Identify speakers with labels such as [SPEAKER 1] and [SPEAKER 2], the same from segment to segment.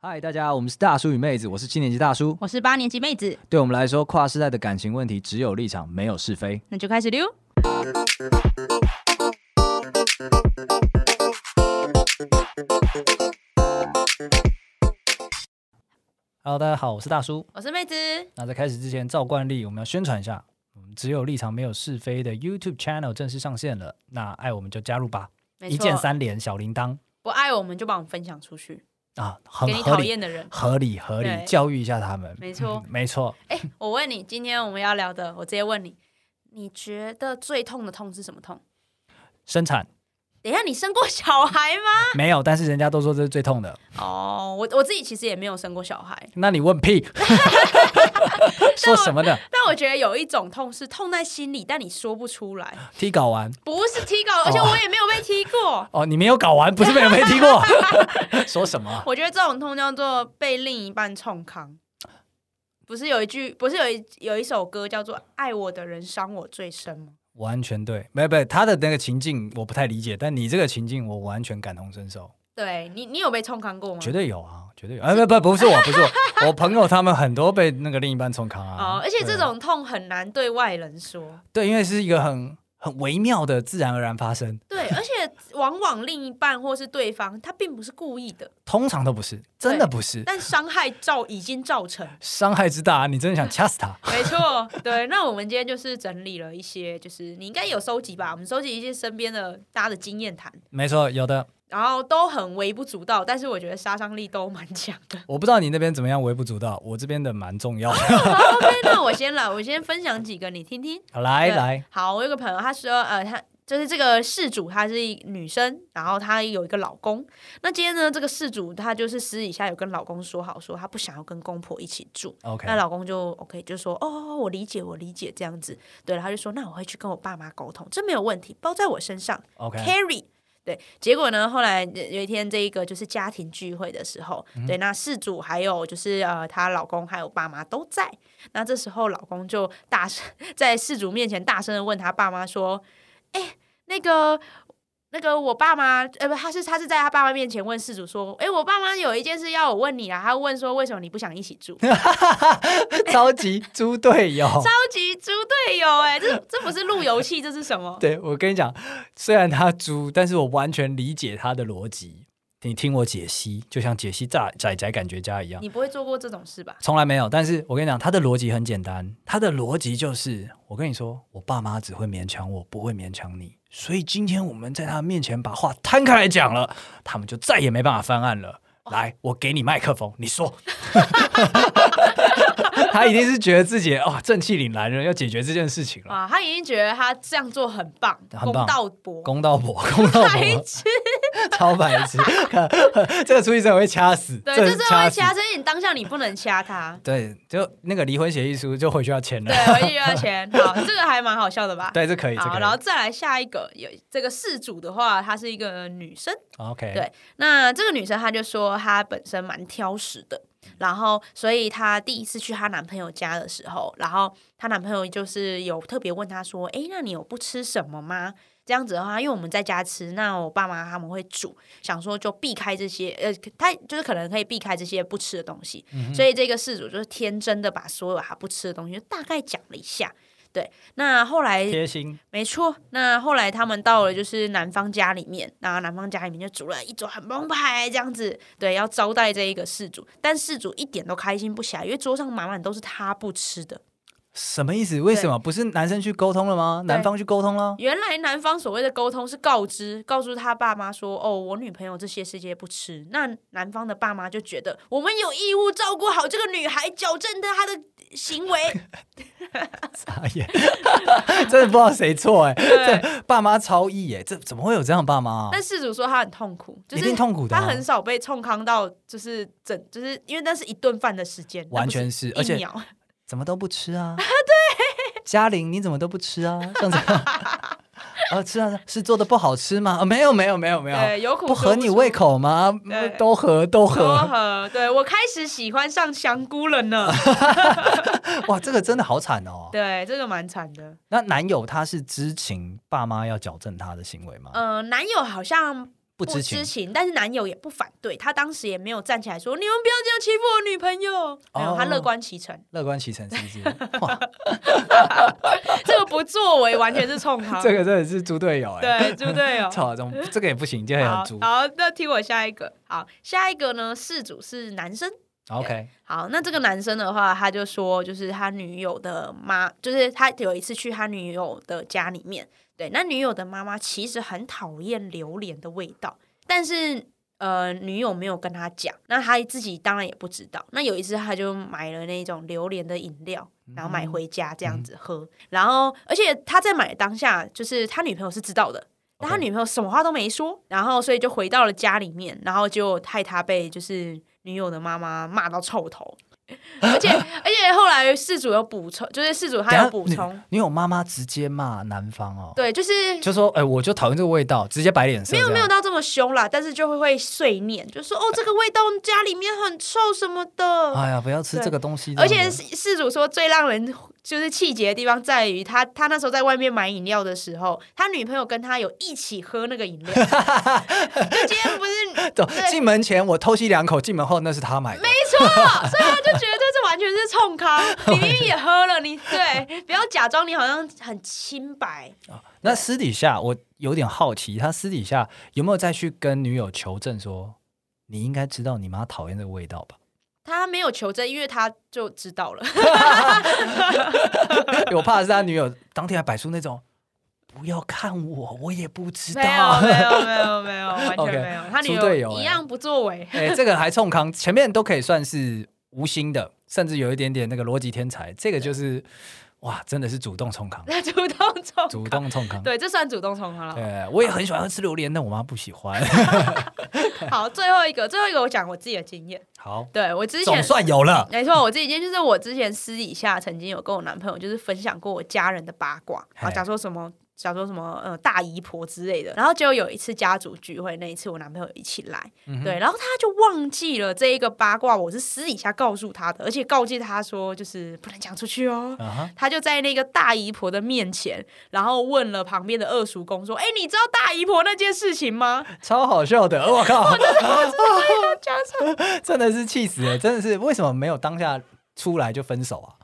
[SPEAKER 1] 嗨，大家，我们是大叔与妹子，我是七年级大叔。
[SPEAKER 2] 我是八年级妹子，
[SPEAKER 1] 对我们来说，跨世代的感情问题只有立场，没有是非。
[SPEAKER 2] 那就开始溜。
[SPEAKER 1] Hello，大家好，我是大叔。
[SPEAKER 2] 我是妹子，
[SPEAKER 1] 那在开始之前，照惯例，我们要宣传一下，我们只有立场，没有是非的 YouTube channel 正式上线了。那爱我们就加入吧，
[SPEAKER 2] 没
[SPEAKER 1] 一键，三连，小铃铛
[SPEAKER 2] 不爱我们就帮我们分享出去，
[SPEAKER 1] 啊，很
[SPEAKER 2] 给你
[SPEAKER 1] 合
[SPEAKER 2] 讨
[SPEAKER 1] 理，
[SPEAKER 2] 厌的人。
[SPEAKER 1] 合理，合理，
[SPEAKER 2] 对
[SPEAKER 1] 教育一下他们。
[SPEAKER 2] 没错
[SPEAKER 1] 嗯没错。
[SPEAKER 2] 哎，我问你，今天我们要聊的，我直接问你，你觉得最痛的痛是什么痛？
[SPEAKER 1] 生产
[SPEAKER 2] 等一下，你生过小孩 吗？
[SPEAKER 1] 没有，但是人家都说这是最痛的，
[SPEAKER 2] 哦，我我自己其实也没有生过小孩，
[SPEAKER 1] 那你问屁？ 说什么呢？
[SPEAKER 2] 但我觉得有一种痛是痛在心里，但你说不 出来，
[SPEAKER 1] 踢睾丸
[SPEAKER 2] 不是踢稿，而且我也没有被踢过。
[SPEAKER 1] 哦，你没有睾丸，不是没有没踢 过。说什么啊？
[SPEAKER 2] 我觉得这种痛叫做被另一半冲康。不是有一句，不是有一有一首歌叫做《爱我的人伤我最深》吗？
[SPEAKER 1] 完全对，没有没有他的那个情境我不太理解，但你这个情境我完全感同身受，
[SPEAKER 2] 对你，你有被冲康过吗？
[SPEAKER 1] 绝对有啊，绝对有。哎，不不不是我，不 是我，我朋友他们很多被那个另一半冲康啊。
[SPEAKER 2] 哦，而且这
[SPEAKER 1] 对啊
[SPEAKER 2] 种痛很难对外人说。
[SPEAKER 1] 对，因为是一个很很微妙的自然而然发生，
[SPEAKER 2] 对，而且往往另一半或是对方，他并不是故意 的，
[SPEAKER 1] 通常都不是，真的不是。
[SPEAKER 2] 但伤害造已经造成。
[SPEAKER 1] 伤害之大，你真的想掐死他？
[SPEAKER 2] 没错，对。那我们今天就是整理了一些，就是你应该有收集吧？我们收集一些身边的大家的经验谈，
[SPEAKER 1] 没错，有的。
[SPEAKER 2] 然后都很微不足道，但是我觉得杀伤力都蛮强的。
[SPEAKER 1] 我不知道你那边怎么样，微不足道，我这边的蛮重要的。
[SPEAKER 2] 好 OK，那我先来，我先分享几个你听听。
[SPEAKER 1] 好来
[SPEAKER 2] 对
[SPEAKER 1] 来，
[SPEAKER 2] 好，我有个朋友，他说，呃，他就是这个事主，她是一女生，然后她有一个老公。那今天呢，这个事主她就是私底下有跟老公说好，说她不想要跟公婆一起住。
[SPEAKER 1] OK，
[SPEAKER 2] 那老公就 OK，就说哦，我理解，我理解这样子。对，然后他就说那我会去跟我爸妈沟通，这没有问题，包在我身上
[SPEAKER 1] OK，
[SPEAKER 2] carry。对，结果呢，后来呃有一天，这一个就是家庭聚会的时候，
[SPEAKER 1] 嗯
[SPEAKER 2] 对，那事主还有就是呃，她老公还有爸妈都在。那这时候，老公就大声在事主面前大声的问他爸妈说：“哎、那个。”那个我爸妈，呃，不，他是他是在他爸妈面前问事主说，哎、我爸妈有一件事要我问你啊，他问说为什么你不想一起 住？
[SPEAKER 1] 召集猪队友。
[SPEAKER 2] 超级猪队友哎、这这不是路由器，这是什 么？
[SPEAKER 1] 对我跟你讲，虽然他猪，但是我完全理解他的逻辑。你听我解析，就像解析炸仔仔感觉家一样，
[SPEAKER 2] 你不会做过这种事吧？
[SPEAKER 1] 从来没有。但是我跟你讲，他的逻辑很简单，他的逻辑就是，我跟你说，我爸妈只会勉强我，不会勉强你。所以今天我们在他面前把话摊开来讲了，他们就再也没办法翻案了。来，我给你麦克风，你说。 他一定是觉得自己哦正气凛然了，要解决这件事情了。
[SPEAKER 2] 哇，啊他已经觉得他这样做很棒，
[SPEAKER 1] 很棒
[SPEAKER 2] 公道博，
[SPEAKER 1] 公道婆，公道
[SPEAKER 2] 白
[SPEAKER 1] 婆，
[SPEAKER 2] 痴，
[SPEAKER 1] 超白痴，这个出去真的会掐死，
[SPEAKER 2] 对，
[SPEAKER 1] 真
[SPEAKER 2] 这
[SPEAKER 1] 的
[SPEAKER 2] 是
[SPEAKER 1] 是
[SPEAKER 2] 会
[SPEAKER 1] 死，
[SPEAKER 2] 掐，所以你当下你不能掐他
[SPEAKER 1] 对，就那个离婚协议书就回去要签了
[SPEAKER 2] 对，，回去要钱。好，这个还蛮好笑的吧？
[SPEAKER 1] 对，这可以，这
[SPEAKER 2] 好，
[SPEAKER 1] 可
[SPEAKER 2] 然后
[SPEAKER 1] 以
[SPEAKER 2] 再来下一个，有这个事主的话，她是一个女生，
[SPEAKER 1] ，OK，
[SPEAKER 2] 对那这个女生她就说她本身蛮挑食的，然后所以她第一次去她男朋友家的时候，然后她男朋友就是有特别问她说：“诶，那你有不吃什么吗？”这样子的话，因为我们在家吃，那我爸妈他们会煮，想说就避开这些，呃，她就是可能可以避开这些不吃的东西，所以这个事主就是天真的把所有她不吃的东西就大概讲了一下。对，那后来
[SPEAKER 1] 贴心，
[SPEAKER 2] 没错，那后来他们到了就是男方家里面，然后男方家里面就煮了一桌很澎湃这样子，对，要招待这一个事主，但事主一点都开心不起来，因为桌上满满都是他不吃的。
[SPEAKER 1] 什么意思？为什么不是男生去沟通了吗？
[SPEAKER 2] 对
[SPEAKER 1] 男方去沟通了，
[SPEAKER 2] 原来男方所谓的沟通是告知，告诉他爸妈说，哦，我女朋友这些世界不吃，那男方的爸妈就觉得我们有义务照顾好这个女孩，矫正她的行为，
[SPEAKER 1] 哎傻眼，真的不知道谁错哎，
[SPEAKER 2] 对。
[SPEAKER 1] 这爸妈超意哎，这怎么会有这样的爸妈啊？
[SPEAKER 2] 但事主说他很痛苦，就
[SPEAKER 1] 一
[SPEAKER 2] 是
[SPEAKER 1] 定痛苦的啊
[SPEAKER 2] 他很少被冲康到，就是整，就是因为那是一顿饭的时间，
[SPEAKER 1] 完
[SPEAKER 2] 那
[SPEAKER 1] 全
[SPEAKER 2] 不
[SPEAKER 1] 是
[SPEAKER 2] 是，
[SPEAKER 1] 而且
[SPEAKER 2] 一秒
[SPEAKER 1] 怎么都不吃啊？对，嘉玲你怎么都不吃啊？这样 子，啊吃啊是做的不好吃吗？啊没有没有没有没有，
[SPEAKER 2] 对有苦
[SPEAKER 1] 不
[SPEAKER 2] 说
[SPEAKER 1] 合你胃
[SPEAKER 2] 出
[SPEAKER 1] 口吗？啊嗯
[SPEAKER 2] 对
[SPEAKER 1] 都合都
[SPEAKER 2] 多
[SPEAKER 1] 合，
[SPEAKER 2] 合。对我开始喜欢上香菇了呢，
[SPEAKER 1] 哇，这个真的好惨哦。
[SPEAKER 2] 对，这个蛮惨的。
[SPEAKER 1] 那男友他是知情爸妈要矫正他的行为吗？
[SPEAKER 2] 呃，男友好像
[SPEAKER 1] 不
[SPEAKER 2] 呃不
[SPEAKER 1] 知情
[SPEAKER 2] 知情，但是男友也不反对，他当时也没有站起来说你们不要这样欺负我女朋
[SPEAKER 1] 哦
[SPEAKER 2] 友，没有，他乐观 其成，
[SPEAKER 1] 乐观其成，是不 是？哇，
[SPEAKER 2] 这个不作为完全是冲他，
[SPEAKER 1] 这个真的是猪队友哎、
[SPEAKER 2] 对猪队友。
[SPEAKER 1] 操，这种这个也不行，这个
[SPEAKER 2] 好
[SPEAKER 1] 很啊猪。
[SPEAKER 2] 好，那听我下一个。好，下一个呢，事主是男生。
[SPEAKER 1] OK，
[SPEAKER 2] 好，那这个男生的话，他就说，就是他女友的妈，就是他有一次去他女友的家里面，对，那女友的妈妈其实很讨厌榴莲的味道，但是呃，女友没有跟他讲，那他自己当然也不知道。那有一次，他就买了那种榴莲的饮料，然后买回家
[SPEAKER 1] 嗯
[SPEAKER 2] 这样子喝，然后而且他在买的当下，就是他女朋友是知道的。但他
[SPEAKER 1] OK
[SPEAKER 2] 女朋友什么话都没说，然后所以就回到了家里面，然后就害他被就是女友的妈妈骂到臭头， 而且而且后来事主有补充，就是事主他有补
[SPEAKER 1] 等一下
[SPEAKER 2] 充，
[SPEAKER 1] 你有妈妈直接骂男方哦，
[SPEAKER 2] 对，就是
[SPEAKER 1] 就说哎、我就讨厌这个味道，直接摆脸色
[SPEAKER 2] 没
[SPEAKER 1] 这
[SPEAKER 2] 有
[SPEAKER 1] 样。
[SPEAKER 2] 没有到这么凶啦，但是就会会碎念，就说哦这个味道家里面很臭什么的。
[SPEAKER 1] 哎呀，不要吃
[SPEAKER 2] 对
[SPEAKER 1] 这个东西。
[SPEAKER 2] 而
[SPEAKER 1] 这
[SPEAKER 2] 且
[SPEAKER 1] 样子
[SPEAKER 2] 事事主说最让人就是气结的地方在于他他那时候在外面买饮料的时候，他女朋友跟他有一起喝那个饮 料，就今天不是
[SPEAKER 1] 走
[SPEAKER 2] 对
[SPEAKER 1] 进门前我偷吸两口，进门后那是他买的。
[SPEAKER 2] 没错，所以他就觉得这完全是 冲康，你明明也喝了，你对，不要假装你好像很清白。
[SPEAKER 1] 那私底下我有点好奇，他私底下有没有再去跟女友求证说，你应该知道你妈讨厌这个味道吧？
[SPEAKER 2] 他没有求证，因为他就知道了。
[SPEAKER 1] 我怕的是他女友当天还摆出那种不要看我，我也不知
[SPEAKER 2] 没有，
[SPEAKER 1] 道。
[SPEAKER 2] 没有，没有，没有，完
[SPEAKER 1] OK，
[SPEAKER 2] 全没有。他女
[SPEAKER 1] 猪队友
[SPEAKER 2] 友
[SPEAKER 1] 欸
[SPEAKER 2] 一样不作为。
[SPEAKER 1] 哎、这个还冲康，前面都可以算是无心的，甚至有一点点那个逻辑天才，这个就是哇，真的是主动 冲康，
[SPEAKER 2] 他主动冲，
[SPEAKER 1] 主动冲康。
[SPEAKER 2] 对，这算主动冲康了。
[SPEAKER 1] 对，我也很喜欢吃榴莲，但我妈不喜欢。
[SPEAKER 2] 好，最后一个，最后一个，我讲我自己的经验。
[SPEAKER 1] 好，
[SPEAKER 2] 对我之
[SPEAKER 1] 总
[SPEAKER 2] 前。
[SPEAKER 1] 算有了。
[SPEAKER 2] 没错，我自己经验就是我之前私底下曾经有跟我男朋友就是分享过我家人的八卦，
[SPEAKER 1] 嘿
[SPEAKER 2] 啊，讲说什么。讲说什么呃大姨婆之类的，然后结果有一次家族聚会，那一次我男朋友一起来，
[SPEAKER 1] 嗯哼
[SPEAKER 2] 对，然后他就忘记了这一个八卦，我是私底下告诉他的，而且告诫他说就是不能讲出去哦。
[SPEAKER 1] 啊哈，
[SPEAKER 2] 他就在那个大姨婆的面前，然后问了旁边的二叔公说：“哎，你知道大姨婆那件事情吗？”
[SPEAKER 1] 超好笑的，我靠，
[SPEAKER 2] 他讲什么？
[SPEAKER 1] 真的是气死了，真的是为什么没有当下出来就分手啊？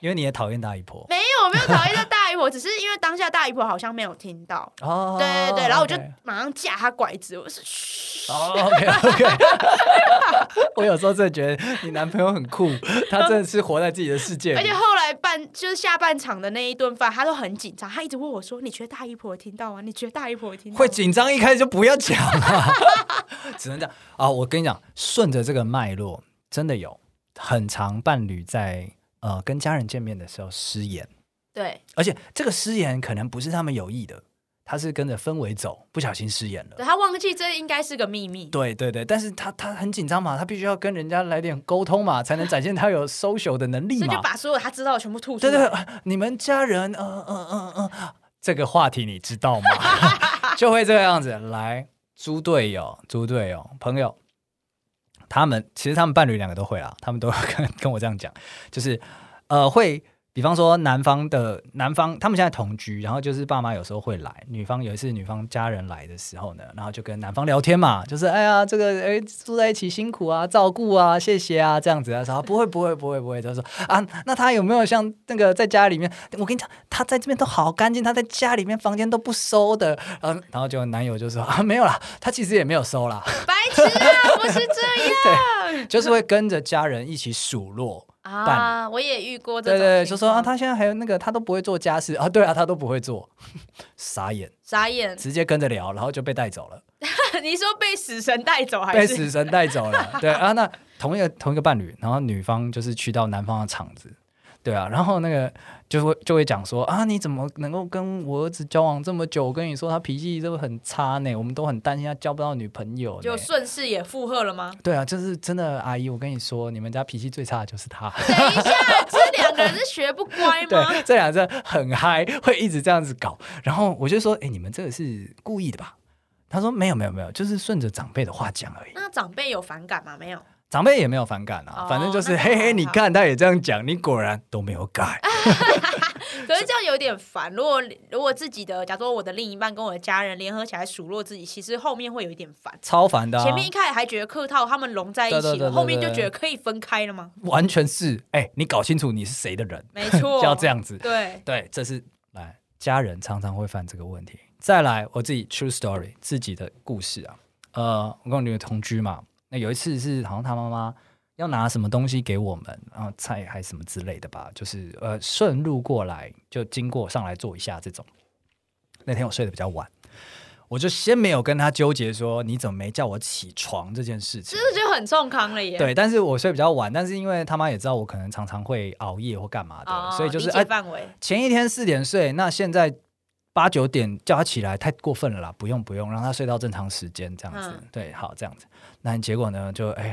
[SPEAKER 1] 因为你也讨厌大姨婆
[SPEAKER 2] 没有，我没有讨厌这大姨婆，只是因为当下大姨婆好像没有听到，
[SPEAKER 1] 哦，
[SPEAKER 2] 对对对，然后我就
[SPEAKER 1] OK
[SPEAKER 2] 马上架他拐子，我说嘘，
[SPEAKER 1] 哦，OK OK，我有时候真的觉得你男朋友很酷，他真的是活在自己的世界
[SPEAKER 2] 而且
[SPEAKER 1] 里。
[SPEAKER 2] 后来半就是下半场的那一顿饭，他都很紧张，他一直问我说：“你觉得大姨婆有听到吗？你觉得大姨婆有听到吗？”
[SPEAKER 1] 会紧张，一开始就不要讲啊， 只能这样啊！我跟你讲，顺着这个脉络，真的有很长伴侣在呃跟家人见面的时候失言，
[SPEAKER 2] 对
[SPEAKER 1] 而且这个失言可能不是他们有意的，他是跟着氛围走，不小心失言了。
[SPEAKER 2] 对，他忘记这应该是个秘密。
[SPEAKER 1] 对对对，但是他他很紧张嘛，他必须要跟人家来点沟通嘛，才能展现他有 social 的能力
[SPEAKER 2] 所以就
[SPEAKER 1] 嘛。
[SPEAKER 2] 把所有他知道的全部吐
[SPEAKER 1] 对
[SPEAKER 2] 出来。
[SPEAKER 1] 对，呃你们家人，嗯嗯嗯嗯，呃这个话题你知道吗？ 就会这个样子。来，猪队友，猪队友，朋友，他们其实他们伴侣两个都会啊啦，他们都跟跟我这样讲，就是呃会。比方说，男方的男方他们现在同居，然后就是爸妈有时候会来，女方有一次女方家人来的时候呢，然后就跟男方聊天嘛，就是哎呀，这个哎住在一起辛苦啊，照顾啊，谢谢啊，这样子啊，然后不会不会不会不会，他说啊，那他有没有像那个在家里面，我跟你讲，他在这边都好干净，他在家里面房间都不收的，然后然后就男友就说啊没有啦，他其实也没有收啦，
[SPEAKER 2] 白痴啊，不是这样
[SPEAKER 1] 就是会跟着家人一起数落。
[SPEAKER 2] 啊！我也遇过这
[SPEAKER 1] 对
[SPEAKER 2] 种情况，
[SPEAKER 1] 对，就说啊，他现在还有那个，他都不会做家事啊，对啊，他都不会做，傻眼，
[SPEAKER 2] 傻眼。
[SPEAKER 1] 直接跟着聊，然后就被带走了，
[SPEAKER 2] 你说被死神带走还
[SPEAKER 1] 被
[SPEAKER 2] 是？
[SPEAKER 1] 死神带走了。对啊，那同一个同一个伴侣，然后女方就是去到男方的场子，对啊，然后那个就会就会讲说啊，你怎么能够跟我儿子交往这么久？我跟你说，他脾气都很差呢，我们都很担心他交不到女朋友呢
[SPEAKER 2] 就。顺势也附和了吗？
[SPEAKER 1] 对啊，就是真的，阿姨，我跟你说，你们家脾气最差的就是他。
[SPEAKER 2] 等一下，这两个人是学不乖 吗？
[SPEAKER 1] 对，这两只很嗨，会一直这样子搞。然后我就说：“哎、你们这个是故意的吧？”他说：“没有，没有，没有，就是顺着长辈的话讲而已。
[SPEAKER 2] 那长辈有反感吗？没有。
[SPEAKER 1] 长辈也没有反感啊，
[SPEAKER 2] 哦
[SPEAKER 1] 反正就是
[SPEAKER 2] 那还
[SPEAKER 1] 嘿嘿，
[SPEAKER 2] 好
[SPEAKER 1] 你看他也这样讲，你果然都没有改。
[SPEAKER 2] 可是这样有点烦。如果如果自己的，假如说我的另一半跟我的家人联合起来数落自己，其实后面会有一点烦。
[SPEAKER 1] 超烦的、啊。
[SPEAKER 2] 前面一开始还觉得客套，他们融在一起了，
[SPEAKER 1] 对对对对
[SPEAKER 2] 后面就觉得可以分开了吗？
[SPEAKER 1] 完全是，哎、你搞清楚你是谁的人，
[SPEAKER 2] 没
[SPEAKER 1] 就
[SPEAKER 2] 错，
[SPEAKER 1] 要这样子。
[SPEAKER 2] 对，
[SPEAKER 1] 对，这是来家人常常会犯这个问题。再来，我自己 true story 自己的故事啊，呃，我跟我女儿同居嘛，那有一次是好像她妈妈要拿什么东西给我们，然后菜还是什么之类的吧，就是呃顺路过来就经过上来坐一下这种。那天我睡得比较晚，我就先没有跟她纠结说你怎么没叫我起床这件事情
[SPEAKER 2] 真。的就很重康了耶。
[SPEAKER 1] 对，但是我睡比较晚，但是因为他妈也知道我可能常常会熬夜或干嘛的，
[SPEAKER 2] 哦，
[SPEAKER 1] 所以就是哎啊
[SPEAKER 2] 理解范围。
[SPEAKER 1] 前一天四点睡，那现在八九点叫他起来太过分了啦，不用不用，让他睡到正常时间这样子。
[SPEAKER 2] 嗯
[SPEAKER 1] 对，好这样子。那结果呢，就哎呦，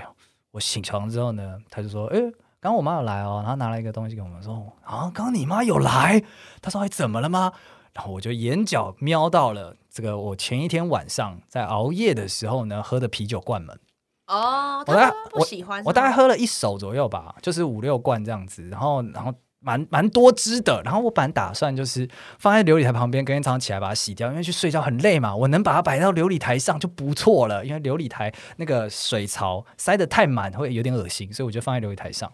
[SPEAKER 1] 我醒床之后呢，他就说，哎。刚刚我妈有来哦，然后拿了一个东西给我们说啊，刚刚你妈有来，她说哎怎么了吗？然后我就眼角瞄到了这个我前一天晚上在熬夜的时候呢喝的啤酒灌门，
[SPEAKER 2] 哦，
[SPEAKER 1] 我大
[SPEAKER 2] 他
[SPEAKER 1] 概
[SPEAKER 2] 不喜欢
[SPEAKER 1] 我大概
[SPEAKER 2] 是吗
[SPEAKER 1] 喝了一手左右吧，就是五六罐这样子，然后然后蛮蛮多汁的，然后我本来打算就是放在琉璃台旁边，隔天早上起来把它洗掉，因为去睡觉很累嘛，我能把它摆到琉璃台上就不错了，因为琉璃台那个水槽塞得太满会有点恶心，所以我就放在琉璃台上。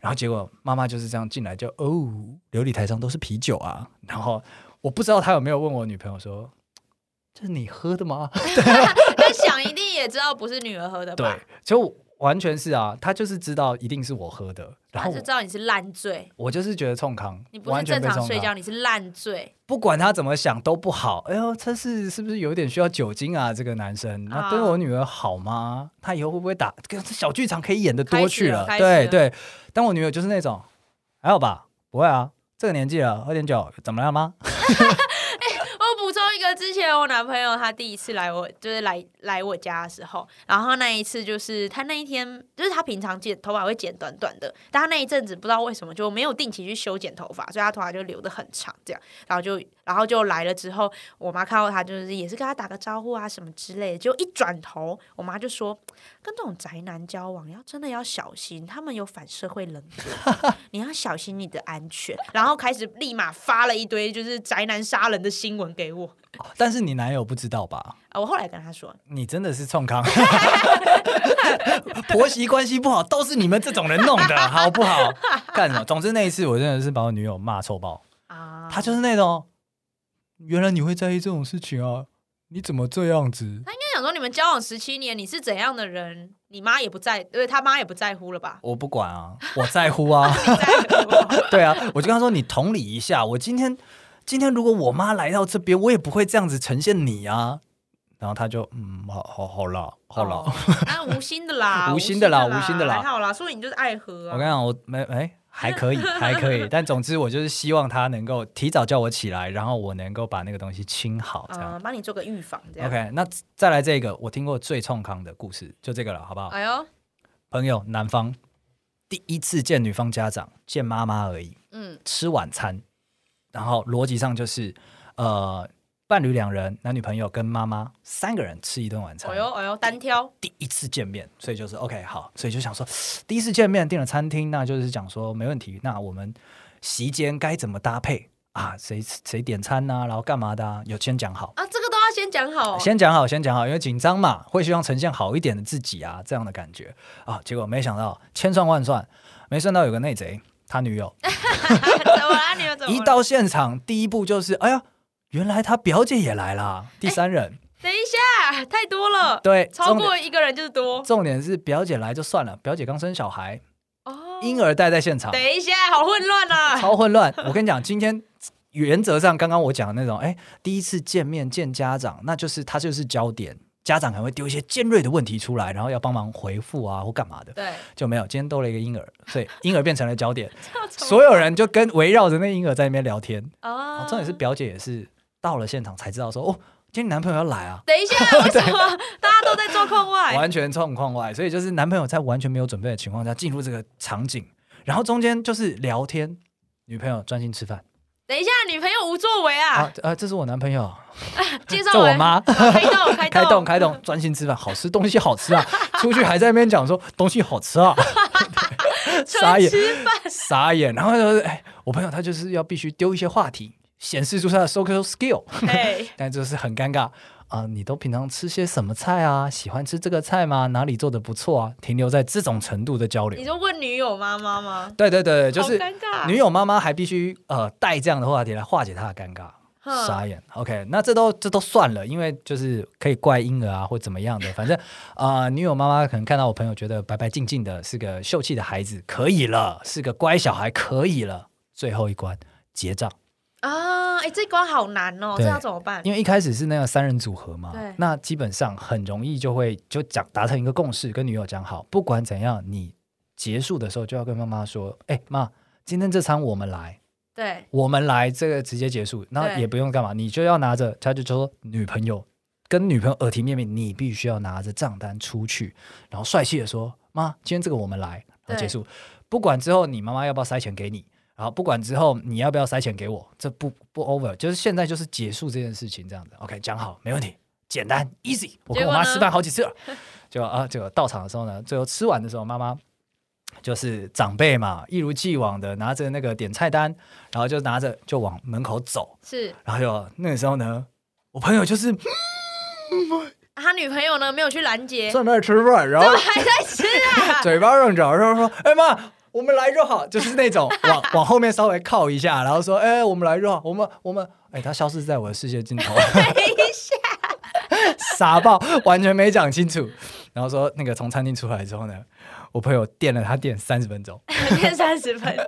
[SPEAKER 1] 然后结果妈妈就是这样进来就哦，琉璃台上都是啤酒啊，然后我不知道她有没有问我女朋友说。这是你喝的吗？
[SPEAKER 2] 但想一定也知道不是女儿喝的
[SPEAKER 1] 对
[SPEAKER 2] 吧？，
[SPEAKER 1] 就完全是啊，他就是知道一定是我喝的，然
[SPEAKER 2] 他
[SPEAKER 1] 后
[SPEAKER 2] 就
[SPEAKER 1] 我
[SPEAKER 2] 知道你是烂醉，
[SPEAKER 1] 我就是觉得冲康，
[SPEAKER 2] 你不是
[SPEAKER 1] 完全
[SPEAKER 2] 正
[SPEAKER 1] 被
[SPEAKER 2] 常
[SPEAKER 1] 冲
[SPEAKER 2] 睡觉，
[SPEAKER 1] 康，
[SPEAKER 2] 你是烂醉。
[SPEAKER 1] 不管他怎么想都不好。哎呦，他是是不是有点需要酒精啊？这个男生，那
[SPEAKER 2] 啊
[SPEAKER 1] 对我女儿好吗？他以后会不会打？这小剧场可以演的多
[SPEAKER 2] 开
[SPEAKER 1] 去
[SPEAKER 2] 始了开始
[SPEAKER 1] 对
[SPEAKER 2] 了
[SPEAKER 1] 对，但我女儿就是那种，还好吧，不会啊，这个年纪了，喝点酒怎么了吗？
[SPEAKER 2] 我补充一个，之前我男朋友他第一次来我就是来来我家的时候，然后那一次就是他那一天就是他平常剪头发会剪短短的，但他那一阵子不知道为什么就没有定期去修剪头发，所以他头发就留得很长这样，然后就然后就来了之后，我妈看到他就是也是跟他打个招呼啊什么之类的，就一转头，我妈就说跟这种宅男交往要真的要小心，他们有反社会人格。你要小心你的安全。然后开始立马发了一堆就是宅男杀人的新闻给我
[SPEAKER 1] 但是你男友不知道吧？
[SPEAKER 2] 啊！我后来跟他说，
[SPEAKER 1] 你真的是冲康， 婆媳关系不好都是你们这种人弄 的，好不好？干 什么？总之那一次我真的是把我女友骂臭爆，
[SPEAKER 2] 啊，
[SPEAKER 1] 她就是那种，原来你会在意这种事情啊？你怎么这样子？
[SPEAKER 2] 他应该想说你们交往十七年，你是怎样的人？你妈也不在，对他妈也不在乎了吧？
[SPEAKER 1] 我不管啊，我在乎 啊，
[SPEAKER 2] 不在乎，
[SPEAKER 1] 对啊，我就跟她说你同理一下，我今天今天如果我妈来到这边，我也不会这样子呈现你啊。然后她就嗯，好好好啦， 好啦。
[SPEAKER 2] 哦，那无心的 啦，
[SPEAKER 1] 无
[SPEAKER 2] 无
[SPEAKER 1] 心的啦无心
[SPEAKER 2] 心
[SPEAKER 1] 的啦
[SPEAKER 2] 还好啦，所以你就是爱喝
[SPEAKER 1] 我跟
[SPEAKER 2] 啊。
[SPEAKER 1] 你讲，我没哎、还可以，还可以。但总之，我就是希望他能够提早叫我起来，然后我能够把那个东西清好，这样。
[SPEAKER 2] 啊，帮你做个预防，这样。
[SPEAKER 1] OK，那再来这个我听过最冲康的故事，就这个了，好不好？
[SPEAKER 2] 哎呦，
[SPEAKER 1] 朋友，男方第一次见女方家长，见妈妈而已，
[SPEAKER 2] 嗯，
[SPEAKER 1] 吃晚餐，然后逻辑上就是，呃，伴侣两人，男女朋友跟妈妈三个人吃一顿晚餐。
[SPEAKER 2] 哎呦，哎呦，单挑，
[SPEAKER 1] 第一次见面，所以就是 OK 好，所以就想说第一次见面订了餐厅，那就是讲说没问题，那我们席间该怎么搭配啊？谁谁点餐呐、然后干嘛的、啊？有先讲好，
[SPEAKER 2] 啊，这个都要先讲好哦。
[SPEAKER 1] 先讲好，先讲好，因为紧张嘛，会希望呈现好一点的自己啊，这样的感觉啊。结果没想到千算万算，没算到有个内贼，他女友
[SPEAKER 2] 哎怎么啦？你们怎 么
[SPEAKER 1] 一
[SPEAKER 2] 了？
[SPEAKER 1] 到现场，第一步就是哎呀，原来他表姐也来啦，第三人、
[SPEAKER 2] 等一下，太多了，
[SPEAKER 1] 对，
[SPEAKER 2] 哎超
[SPEAKER 1] 重点
[SPEAKER 2] 过一个人就是多
[SPEAKER 1] 重点是表姐来就算了，表姐刚生小孩，
[SPEAKER 2] 哦。
[SPEAKER 1] 婴儿带在现场。
[SPEAKER 2] 等一下，好混乱啊！
[SPEAKER 1] 超混乱。我跟你讲，今天原则上刚刚我讲的那种，哎，第一次见面见家长，那就是他就是焦点，家长可能会丢一些尖锐的问题出来，然后要帮忙回复啊或干嘛的，
[SPEAKER 2] 对，
[SPEAKER 1] 就没有。今天多了一个婴儿，所以婴儿变成了焦点，
[SPEAKER 2] 超丑
[SPEAKER 1] 所有人就跟围绕着那婴儿在那边聊天。然
[SPEAKER 2] 啊
[SPEAKER 1] 哦后重点是表姐也是到了现场才知道说，哦，今天你男朋友要来啊。
[SPEAKER 2] 等一 下，为什么大家都在状况外？
[SPEAKER 1] 完全状况外，所以就是男朋友在完全没有准备的情况下进入这个场景，然后中间就是聊天，女朋友专心吃饭
[SPEAKER 2] 等一下，女朋友无作为
[SPEAKER 1] 啊
[SPEAKER 2] 啊！
[SPEAKER 1] 啊，这是我男朋友，
[SPEAKER 2] 介绍
[SPEAKER 1] 啊这我
[SPEAKER 2] 完，
[SPEAKER 1] 妈，
[SPEAKER 2] 开动，开
[SPEAKER 1] 开动
[SPEAKER 2] 动，
[SPEAKER 1] 开动， 专心吃饭，好吃东西好吃啊！出去还在那边讲说东西好吃啊，傻眼，
[SPEAKER 2] 吃饭，
[SPEAKER 1] 傻眼。然后就是，哎，我朋友他就是要必须丢一些话题，显示出他的 social skill，
[SPEAKER 2] 哎，
[SPEAKER 1] 但就是很尴尬啊、你都平常吃些什么菜啊？喜欢吃这个菜吗？哪里做的不错啊？停留在这种程度的交流
[SPEAKER 2] 你。就问女友妈妈吗？
[SPEAKER 1] 对对对，就
[SPEAKER 2] 好
[SPEAKER 1] 是
[SPEAKER 2] 尴尬
[SPEAKER 1] 女友妈妈还必须呃带这样的话题来化解她的尴尬。
[SPEAKER 2] 哼
[SPEAKER 1] 傻眼，OK，那这都这都算了，因为就是可以怪婴儿啊或怎么样的，反正啊、呃女友妈妈可能看到我朋友觉得白白净净的是个秀气的孩子，可以了，是个乖小孩，可以了。最后一关结账，
[SPEAKER 2] 啊，哎，这关好难哦，这
[SPEAKER 1] 对
[SPEAKER 2] 要怎么办？
[SPEAKER 1] 因为一开始是那个三人组合嘛
[SPEAKER 2] 对，
[SPEAKER 1] 那基本上很容易就会就讲达成一个共识，跟女友讲好，不管怎样，你结束的时候就要跟妈妈说，哎、妈，今天这餐我们来，
[SPEAKER 2] 对，
[SPEAKER 1] 我们来这个直接结束，然后
[SPEAKER 2] 对
[SPEAKER 1] 也不用干嘛，你就要拿着，他就说女朋友跟女朋友耳提面命，你必须要拿着账单出去，然后帅气的说妈，今天这个我们来，然后结束，不管之后你妈妈要不要塞钱给你，然后不管之后你要不要塞钱给我，这不不 over，就是现在就是结束这件事情这样子，OK，讲好没问题，简单 easy，我跟我妈
[SPEAKER 2] 结果呢
[SPEAKER 1] 吃饭好几次了，就啊结果到场的时候呢，最后吃完的时候妈妈。就是长辈嘛，一如既往的拿着那个点菜单，然后就拿着就往门口走，
[SPEAKER 2] 是
[SPEAKER 1] 然后就那个时候呢，我朋友就是
[SPEAKER 2] 他啊女朋友呢没有去拦截，
[SPEAKER 1] 在那儿吃饭，然
[SPEAKER 2] 怎
[SPEAKER 1] 后
[SPEAKER 2] 么还在吃 啊？
[SPEAKER 1] 嘴巴上找，然后说：“哎妈，我们来就好。”就是那种 往往后面稍微靠一下，然后说：“哎，我们来就好，我们我们。”哎，他消失在我的视线尽 头，傻爆，完全没讲清楚。然后说那个从餐厅出来之后呢，我朋友垫了他垫三十分钟。
[SPEAKER 2] 变三十 分钟，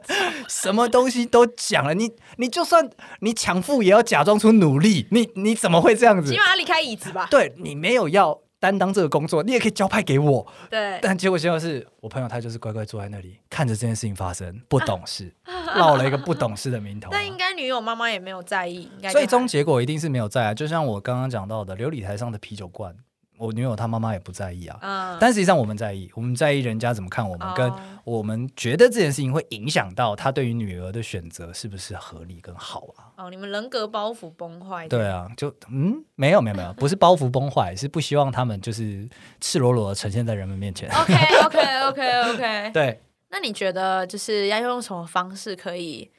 [SPEAKER 1] 什么东西都讲了，你你就算你抢富也要假装出努力，你你怎么会这样子
[SPEAKER 2] 起？码他离开椅子吧？
[SPEAKER 1] 对你没有要担当这个工作，你也可以交派给我。
[SPEAKER 2] 对，
[SPEAKER 1] 但结果现在是我朋友他就是乖乖坐在那里看着这件事情发生，不懂事， 落了一个不懂事的名头啊。
[SPEAKER 2] 但应该女友妈妈也没有在意，应该就
[SPEAKER 1] 最
[SPEAKER 2] 还
[SPEAKER 1] 终结果一定是没有在啊，就像我刚刚讲到的琉璃台上的啤酒罐，我女友她妈妈也不在意啊。
[SPEAKER 2] 嗯，
[SPEAKER 1] 但实际上我们在意，我们在意人家怎么看我们，
[SPEAKER 2] 哦
[SPEAKER 1] 跟我们觉得这件事情会影响到他对于女儿的选择是不是合理跟好啊？
[SPEAKER 2] 哦，你们人格包袱崩坏，
[SPEAKER 1] 对啊，就嗯，没有没有没有，不是包袱崩坏，是不希望他们就是赤裸裸的呈现在人们面前。
[SPEAKER 2] ，OK OK OK OK，
[SPEAKER 1] 对，
[SPEAKER 2] 那你觉得就是要用什么方式可以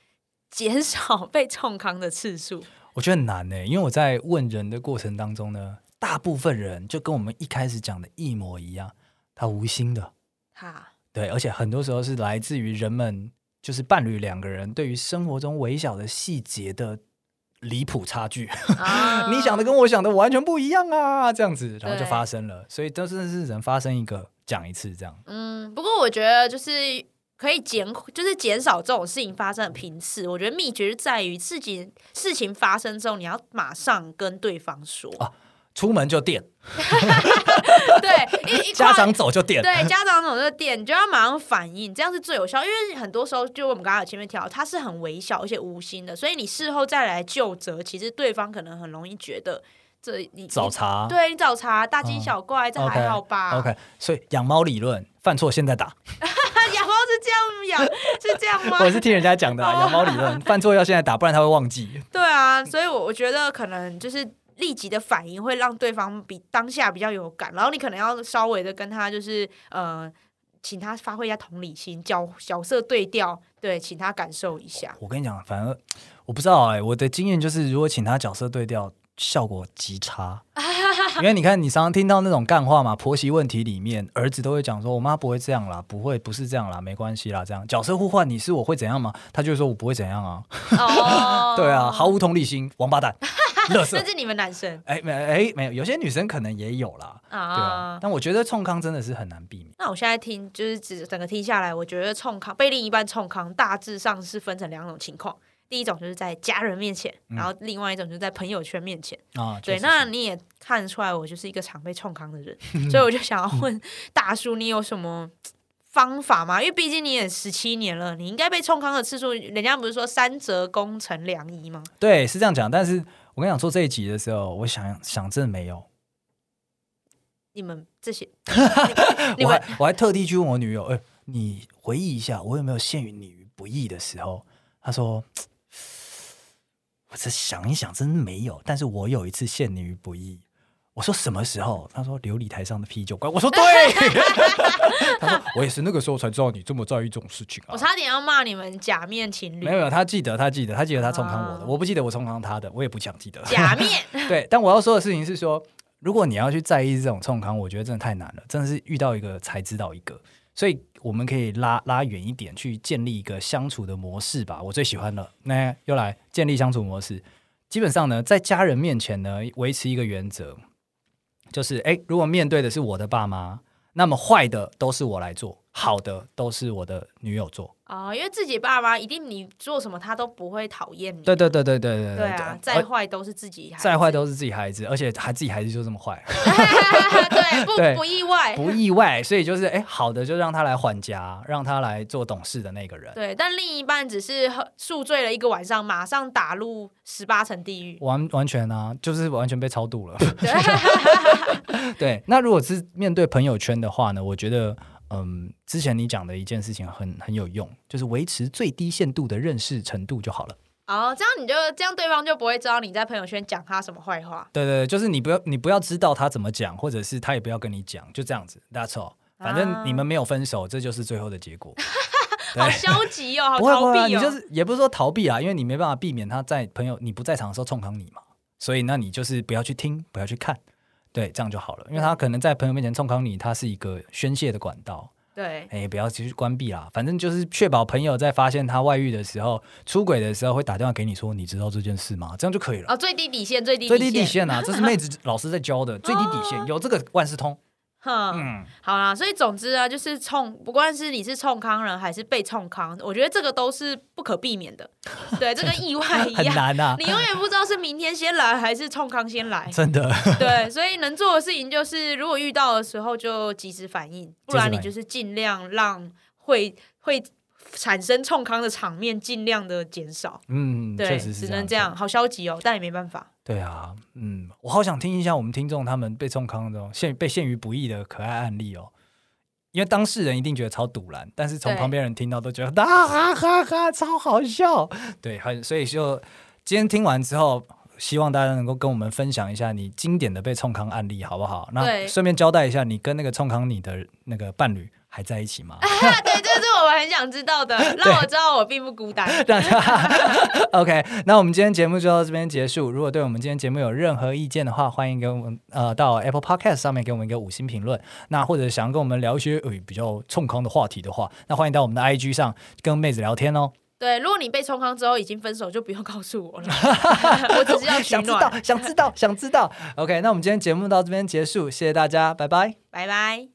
[SPEAKER 2] 减少 被冲康的次数？
[SPEAKER 1] 我觉得很难呢、欸因为我在问人的过程当中呢，大部分人就跟我们一开始讲的一模一样，他无心的，
[SPEAKER 2] 哈，
[SPEAKER 1] 对，而且很多时候是来自于人们就是伴侣两个人对于生活中微小的细节的离谱差距。
[SPEAKER 2] 啊
[SPEAKER 1] 你想的跟我想的完全不一样啊，这样子，然后就
[SPEAKER 2] 对
[SPEAKER 1] 发生了。所以都真的是人发生一个讲一次这样。
[SPEAKER 2] 嗯，不过我觉得就是可以减，就是减少这种事情发生的频次。我觉得秘诀就在于事情事情发生之后，你要马上跟对方 说，
[SPEAKER 1] 啊出门就电，
[SPEAKER 2] 对，一一
[SPEAKER 1] 家
[SPEAKER 2] 跨
[SPEAKER 1] 长走就电，
[SPEAKER 2] 对家长总是点，你就要马上反应，这样是最有效。因为很多时候，就我们刚刚有前面提到，它是很微小而且无心的，所以你事后再来就责，其实对方可能很容易觉得这你
[SPEAKER 1] 找
[SPEAKER 2] 你
[SPEAKER 1] 茬。
[SPEAKER 2] 对啊你找茬，大惊小怪，这还好吧
[SPEAKER 1] 啊嗯 OK，所以养猫理论，犯错现在打，
[SPEAKER 2] 养猫是这样养， 是这样吗？
[SPEAKER 1] 我是听人家讲的啊、
[SPEAKER 2] 哦
[SPEAKER 1] 养猫理论，犯错要现在打，不然他会忘记。
[SPEAKER 2] 对啊，所以我我觉得可能就是立即的反应会让对方比当下比较有感，然后你可能要稍微的跟他就是呃，请他发挥一下同理心，角角色对调，对，请他感受一下。
[SPEAKER 1] 我跟你讲，反而我不知道哎、我的经验就是，如果请他角色对调，效果极 差。因为你看，你常常听到那种干话嘛，婆媳问题里面，儿子都会讲说：“我妈不会这样啦，不会，不是这样啦，没关系啦。”这样角色互换，你是我会怎样吗？他就会说：“我不会怎样啊。
[SPEAKER 2] 哦
[SPEAKER 1] 对啊，毫无同理心，王八 蛋，乐色
[SPEAKER 2] 甚。至你们男生
[SPEAKER 1] 哎，没哎没有，有些女生可能也有啦，对啊
[SPEAKER 2] 啊。。
[SPEAKER 1] 但我觉得冲康真的是很难避免。
[SPEAKER 2] 那我现在听，就是只整个听下来，我觉得冲康被另一半冲康，大致上是分成两种情况。第一种就是在家人面前，然后另外一种就是在朋友圈面前。
[SPEAKER 1] 啊，嗯
[SPEAKER 2] 对，
[SPEAKER 1] 确实
[SPEAKER 2] 那
[SPEAKER 1] 是
[SPEAKER 2] 你也看得出来，我就是一个常被冲康 的人，所以我就想要问大叔，你有什么方法吗？因为毕竟你也十七年了，你应该被冲康的次数，人家不是说三折功成良医吗？
[SPEAKER 1] 对是这样讲，但是我跟你讲，做这一集的时候，我想想真的没 有，
[SPEAKER 2] 你们这些， 你
[SPEAKER 1] 我
[SPEAKER 2] 们
[SPEAKER 1] 还我还特地去问我女友，哎、你回忆一下，我有没有陷于你于不义的时候？她说，我这想一想，真没有。但是我有一次陷你于不义，我说什么时候？他说琉璃台上的啤酒罐。我说对。 他说我也是那个时候才知道你这么在意这种事情啊
[SPEAKER 2] 我。差点要骂你们假面情侣
[SPEAKER 1] 没有，没有，他记得，他记得，他记得他冲康我的，
[SPEAKER 2] 啊
[SPEAKER 1] 我不记得我冲康他的，我也不想记得。
[SPEAKER 2] 假面
[SPEAKER 1] 对，但我要说的事情是说，如果你要去在意这种冲康，我觉得真的太难了，真的是遇到一个才知道一个。所以我们可以拉拉远一点，去建立一个相处的模式吧。我最喜欢了，那又来建立相处模式。基本上呢，在家人面前呢，维持一个原则，就是诶，如果面对的是我的爸妈，那么坏的都是我来做，好的都是我的女友做。
[SPEAKER 2] 哦，因为自己爸妈一定你做什么他都不会讨厌你，
[SPEAKER 1] 对对对对对对呃
[SPEAKER 2] 对啊，再坏都是自己孩子，
[SPEAKER 1] 再坏都是自己孩子，而且还自己孩子就这么坏，啊
[SPEAKER 2] 对
[SPEAKER 1] 对
[SPEAKER 2] 不不意外，
[SPEAKER 1] 不意外，所以就是哎，好的就让他来还家，让他来做懂事的那个人。
[SPEAKER 2] 对，但另一半只是喝宿醉了一个晚上，马上打入十八层地狱。
[SPEAKER 1] 完完全啊，就是完全被超度了。
[SPEAKER 2] 对，
[SPEAKER 1] 对，那如果是面对朋友圈的话呢，我觉得，嗯，之前你讲的一件事情很很有用，就是维持最低限度的认识程度就好了。
[SPEAKER 2] 哦，这样你就这样，对方就不会知道你在朋友圈讲他什么坏话。
[SPEAKER 1] 对对，对就是你不要你不要知道他怎么讲，或者是他也不要跟你讲，就这样子，That's all。反
[SPEAKER 2] 啊
[SPEAKER 1] 正你们没有分手，这就是最后的结果。对
[SPEAKER 2] 好消极哦，好
[SPEAKER 1] 不会不
[SPEAKER 2] 逃
[SPEAKER 1] 会啊，
[SPEAKER 2] 避
[SPEAKER 1] 你
[SPEAKER 2] 哦。
[SPEAKER 1] 就是也不是说逃避啊，因为你没办法避免他在朋友你不在场的时候冲康你嘛，所以那你就是不要去听，不要去看，对，这样就好了。因为他可能在朋友面前冲康你，他是一个宣泄的管
[SPEAKER 2] 嗯
[SPEAKER 1] 道，
[SPEAKER 2] 对，
[SPEAKER 1] 哎，不要去关闭啦，反正就是确保朋友在发现他外遇的时候、出轨的时候会打电话给你说，你知道这件事吗？这样就可以了。
[SPEAKER 2] 哦，最低底线，哦最低
[SPEAKER 1] 最低底
[SPEAKER 2] 线。
[SPEAKER 1] 线啊， 这是妹子老师在教的，最低底线有这个万事通。
[SPEAKER 2] 哼，
[SPEAKER 1] 嗯，
[SPEAKER 2] 好啦，所以总之啊，就是冲，不管是你是冲康人还是被冲康，我觉得这个都是不可避 免的。对，这跟意外一
[SPEAKER 1] 很
[SPEAKER 2] 样，
[SPEAKER 1] 难啊，
[SPEAKER 2] 你永远不知道是明天先来还是冲康先来。
[SPEAKER 1] 真的。
[SPEAKER 2] 对，所以能做的事情就是，如果遇到的时候就及时反应，不
[SPEAKER 1] 及时
[SPEAKER 2] 然
[SPEAKER 1] 反应
[SPEAKER 2] 你就是尽量让会会产生冲康的场面尽量的减少。
[SPEAKER 1] 嗯，
[SPEAKER 2] 对，
[SPEAKER 1] 确实是这
[SPEAKER 2] 只
[SPEAKER 1] 样
[SPEAKER 2] 能
[SPEAKER 1] 子
[SPEAKER 2] 这。样，好消极哦，但也没办法。
[SPEAKER 1] 对啊，嗯，我好想听一下我们听众他们被冲康这种陷被陷于不义的可爱案例哦，因为当事人一定觉得超堵然，但是从
[SPEAKER 2] 对
[SPEAKER 1] 旁边人听到都觉得啊哈哈哈超好笑，对，很所以就今天听完之后。希望大家能够跟我们分享一下你经典的被冲康案例，好不好？那
[SPEAKER 2] 对
[SPEAKER 1] 顺便交代一下，你跟那个冲康你的那个伴侣还在一起吗？
[SPEAKER 2] 啊，对，这是我们很想知 道的，让我知道我并不孤单。
[SPEAKER 1] 让他 OK。那我 们今天节目就到这边结束。如果对我们今天节目有任何意见的话，欢迎给我们呃到 Apple Podcast 上面给我们一个五星评论。那或者想跟我们聊一些呃比较冲康的话题的话，那欢迎到我们的 IG 上跟妹子聊天哦。
[SPEAKER 2] 对，如果你被冲康之后已经分手，就不用告诉 我了，我只是要取
[SPEAKER 1] 想知道
[SPEAKER 2] 暖。，
[SPEAKER 1] 想知道，想知道。OK，那我们今天节目到这边结束，谢谢大家，拜拜。
[SPEAKER 2] 拜拜。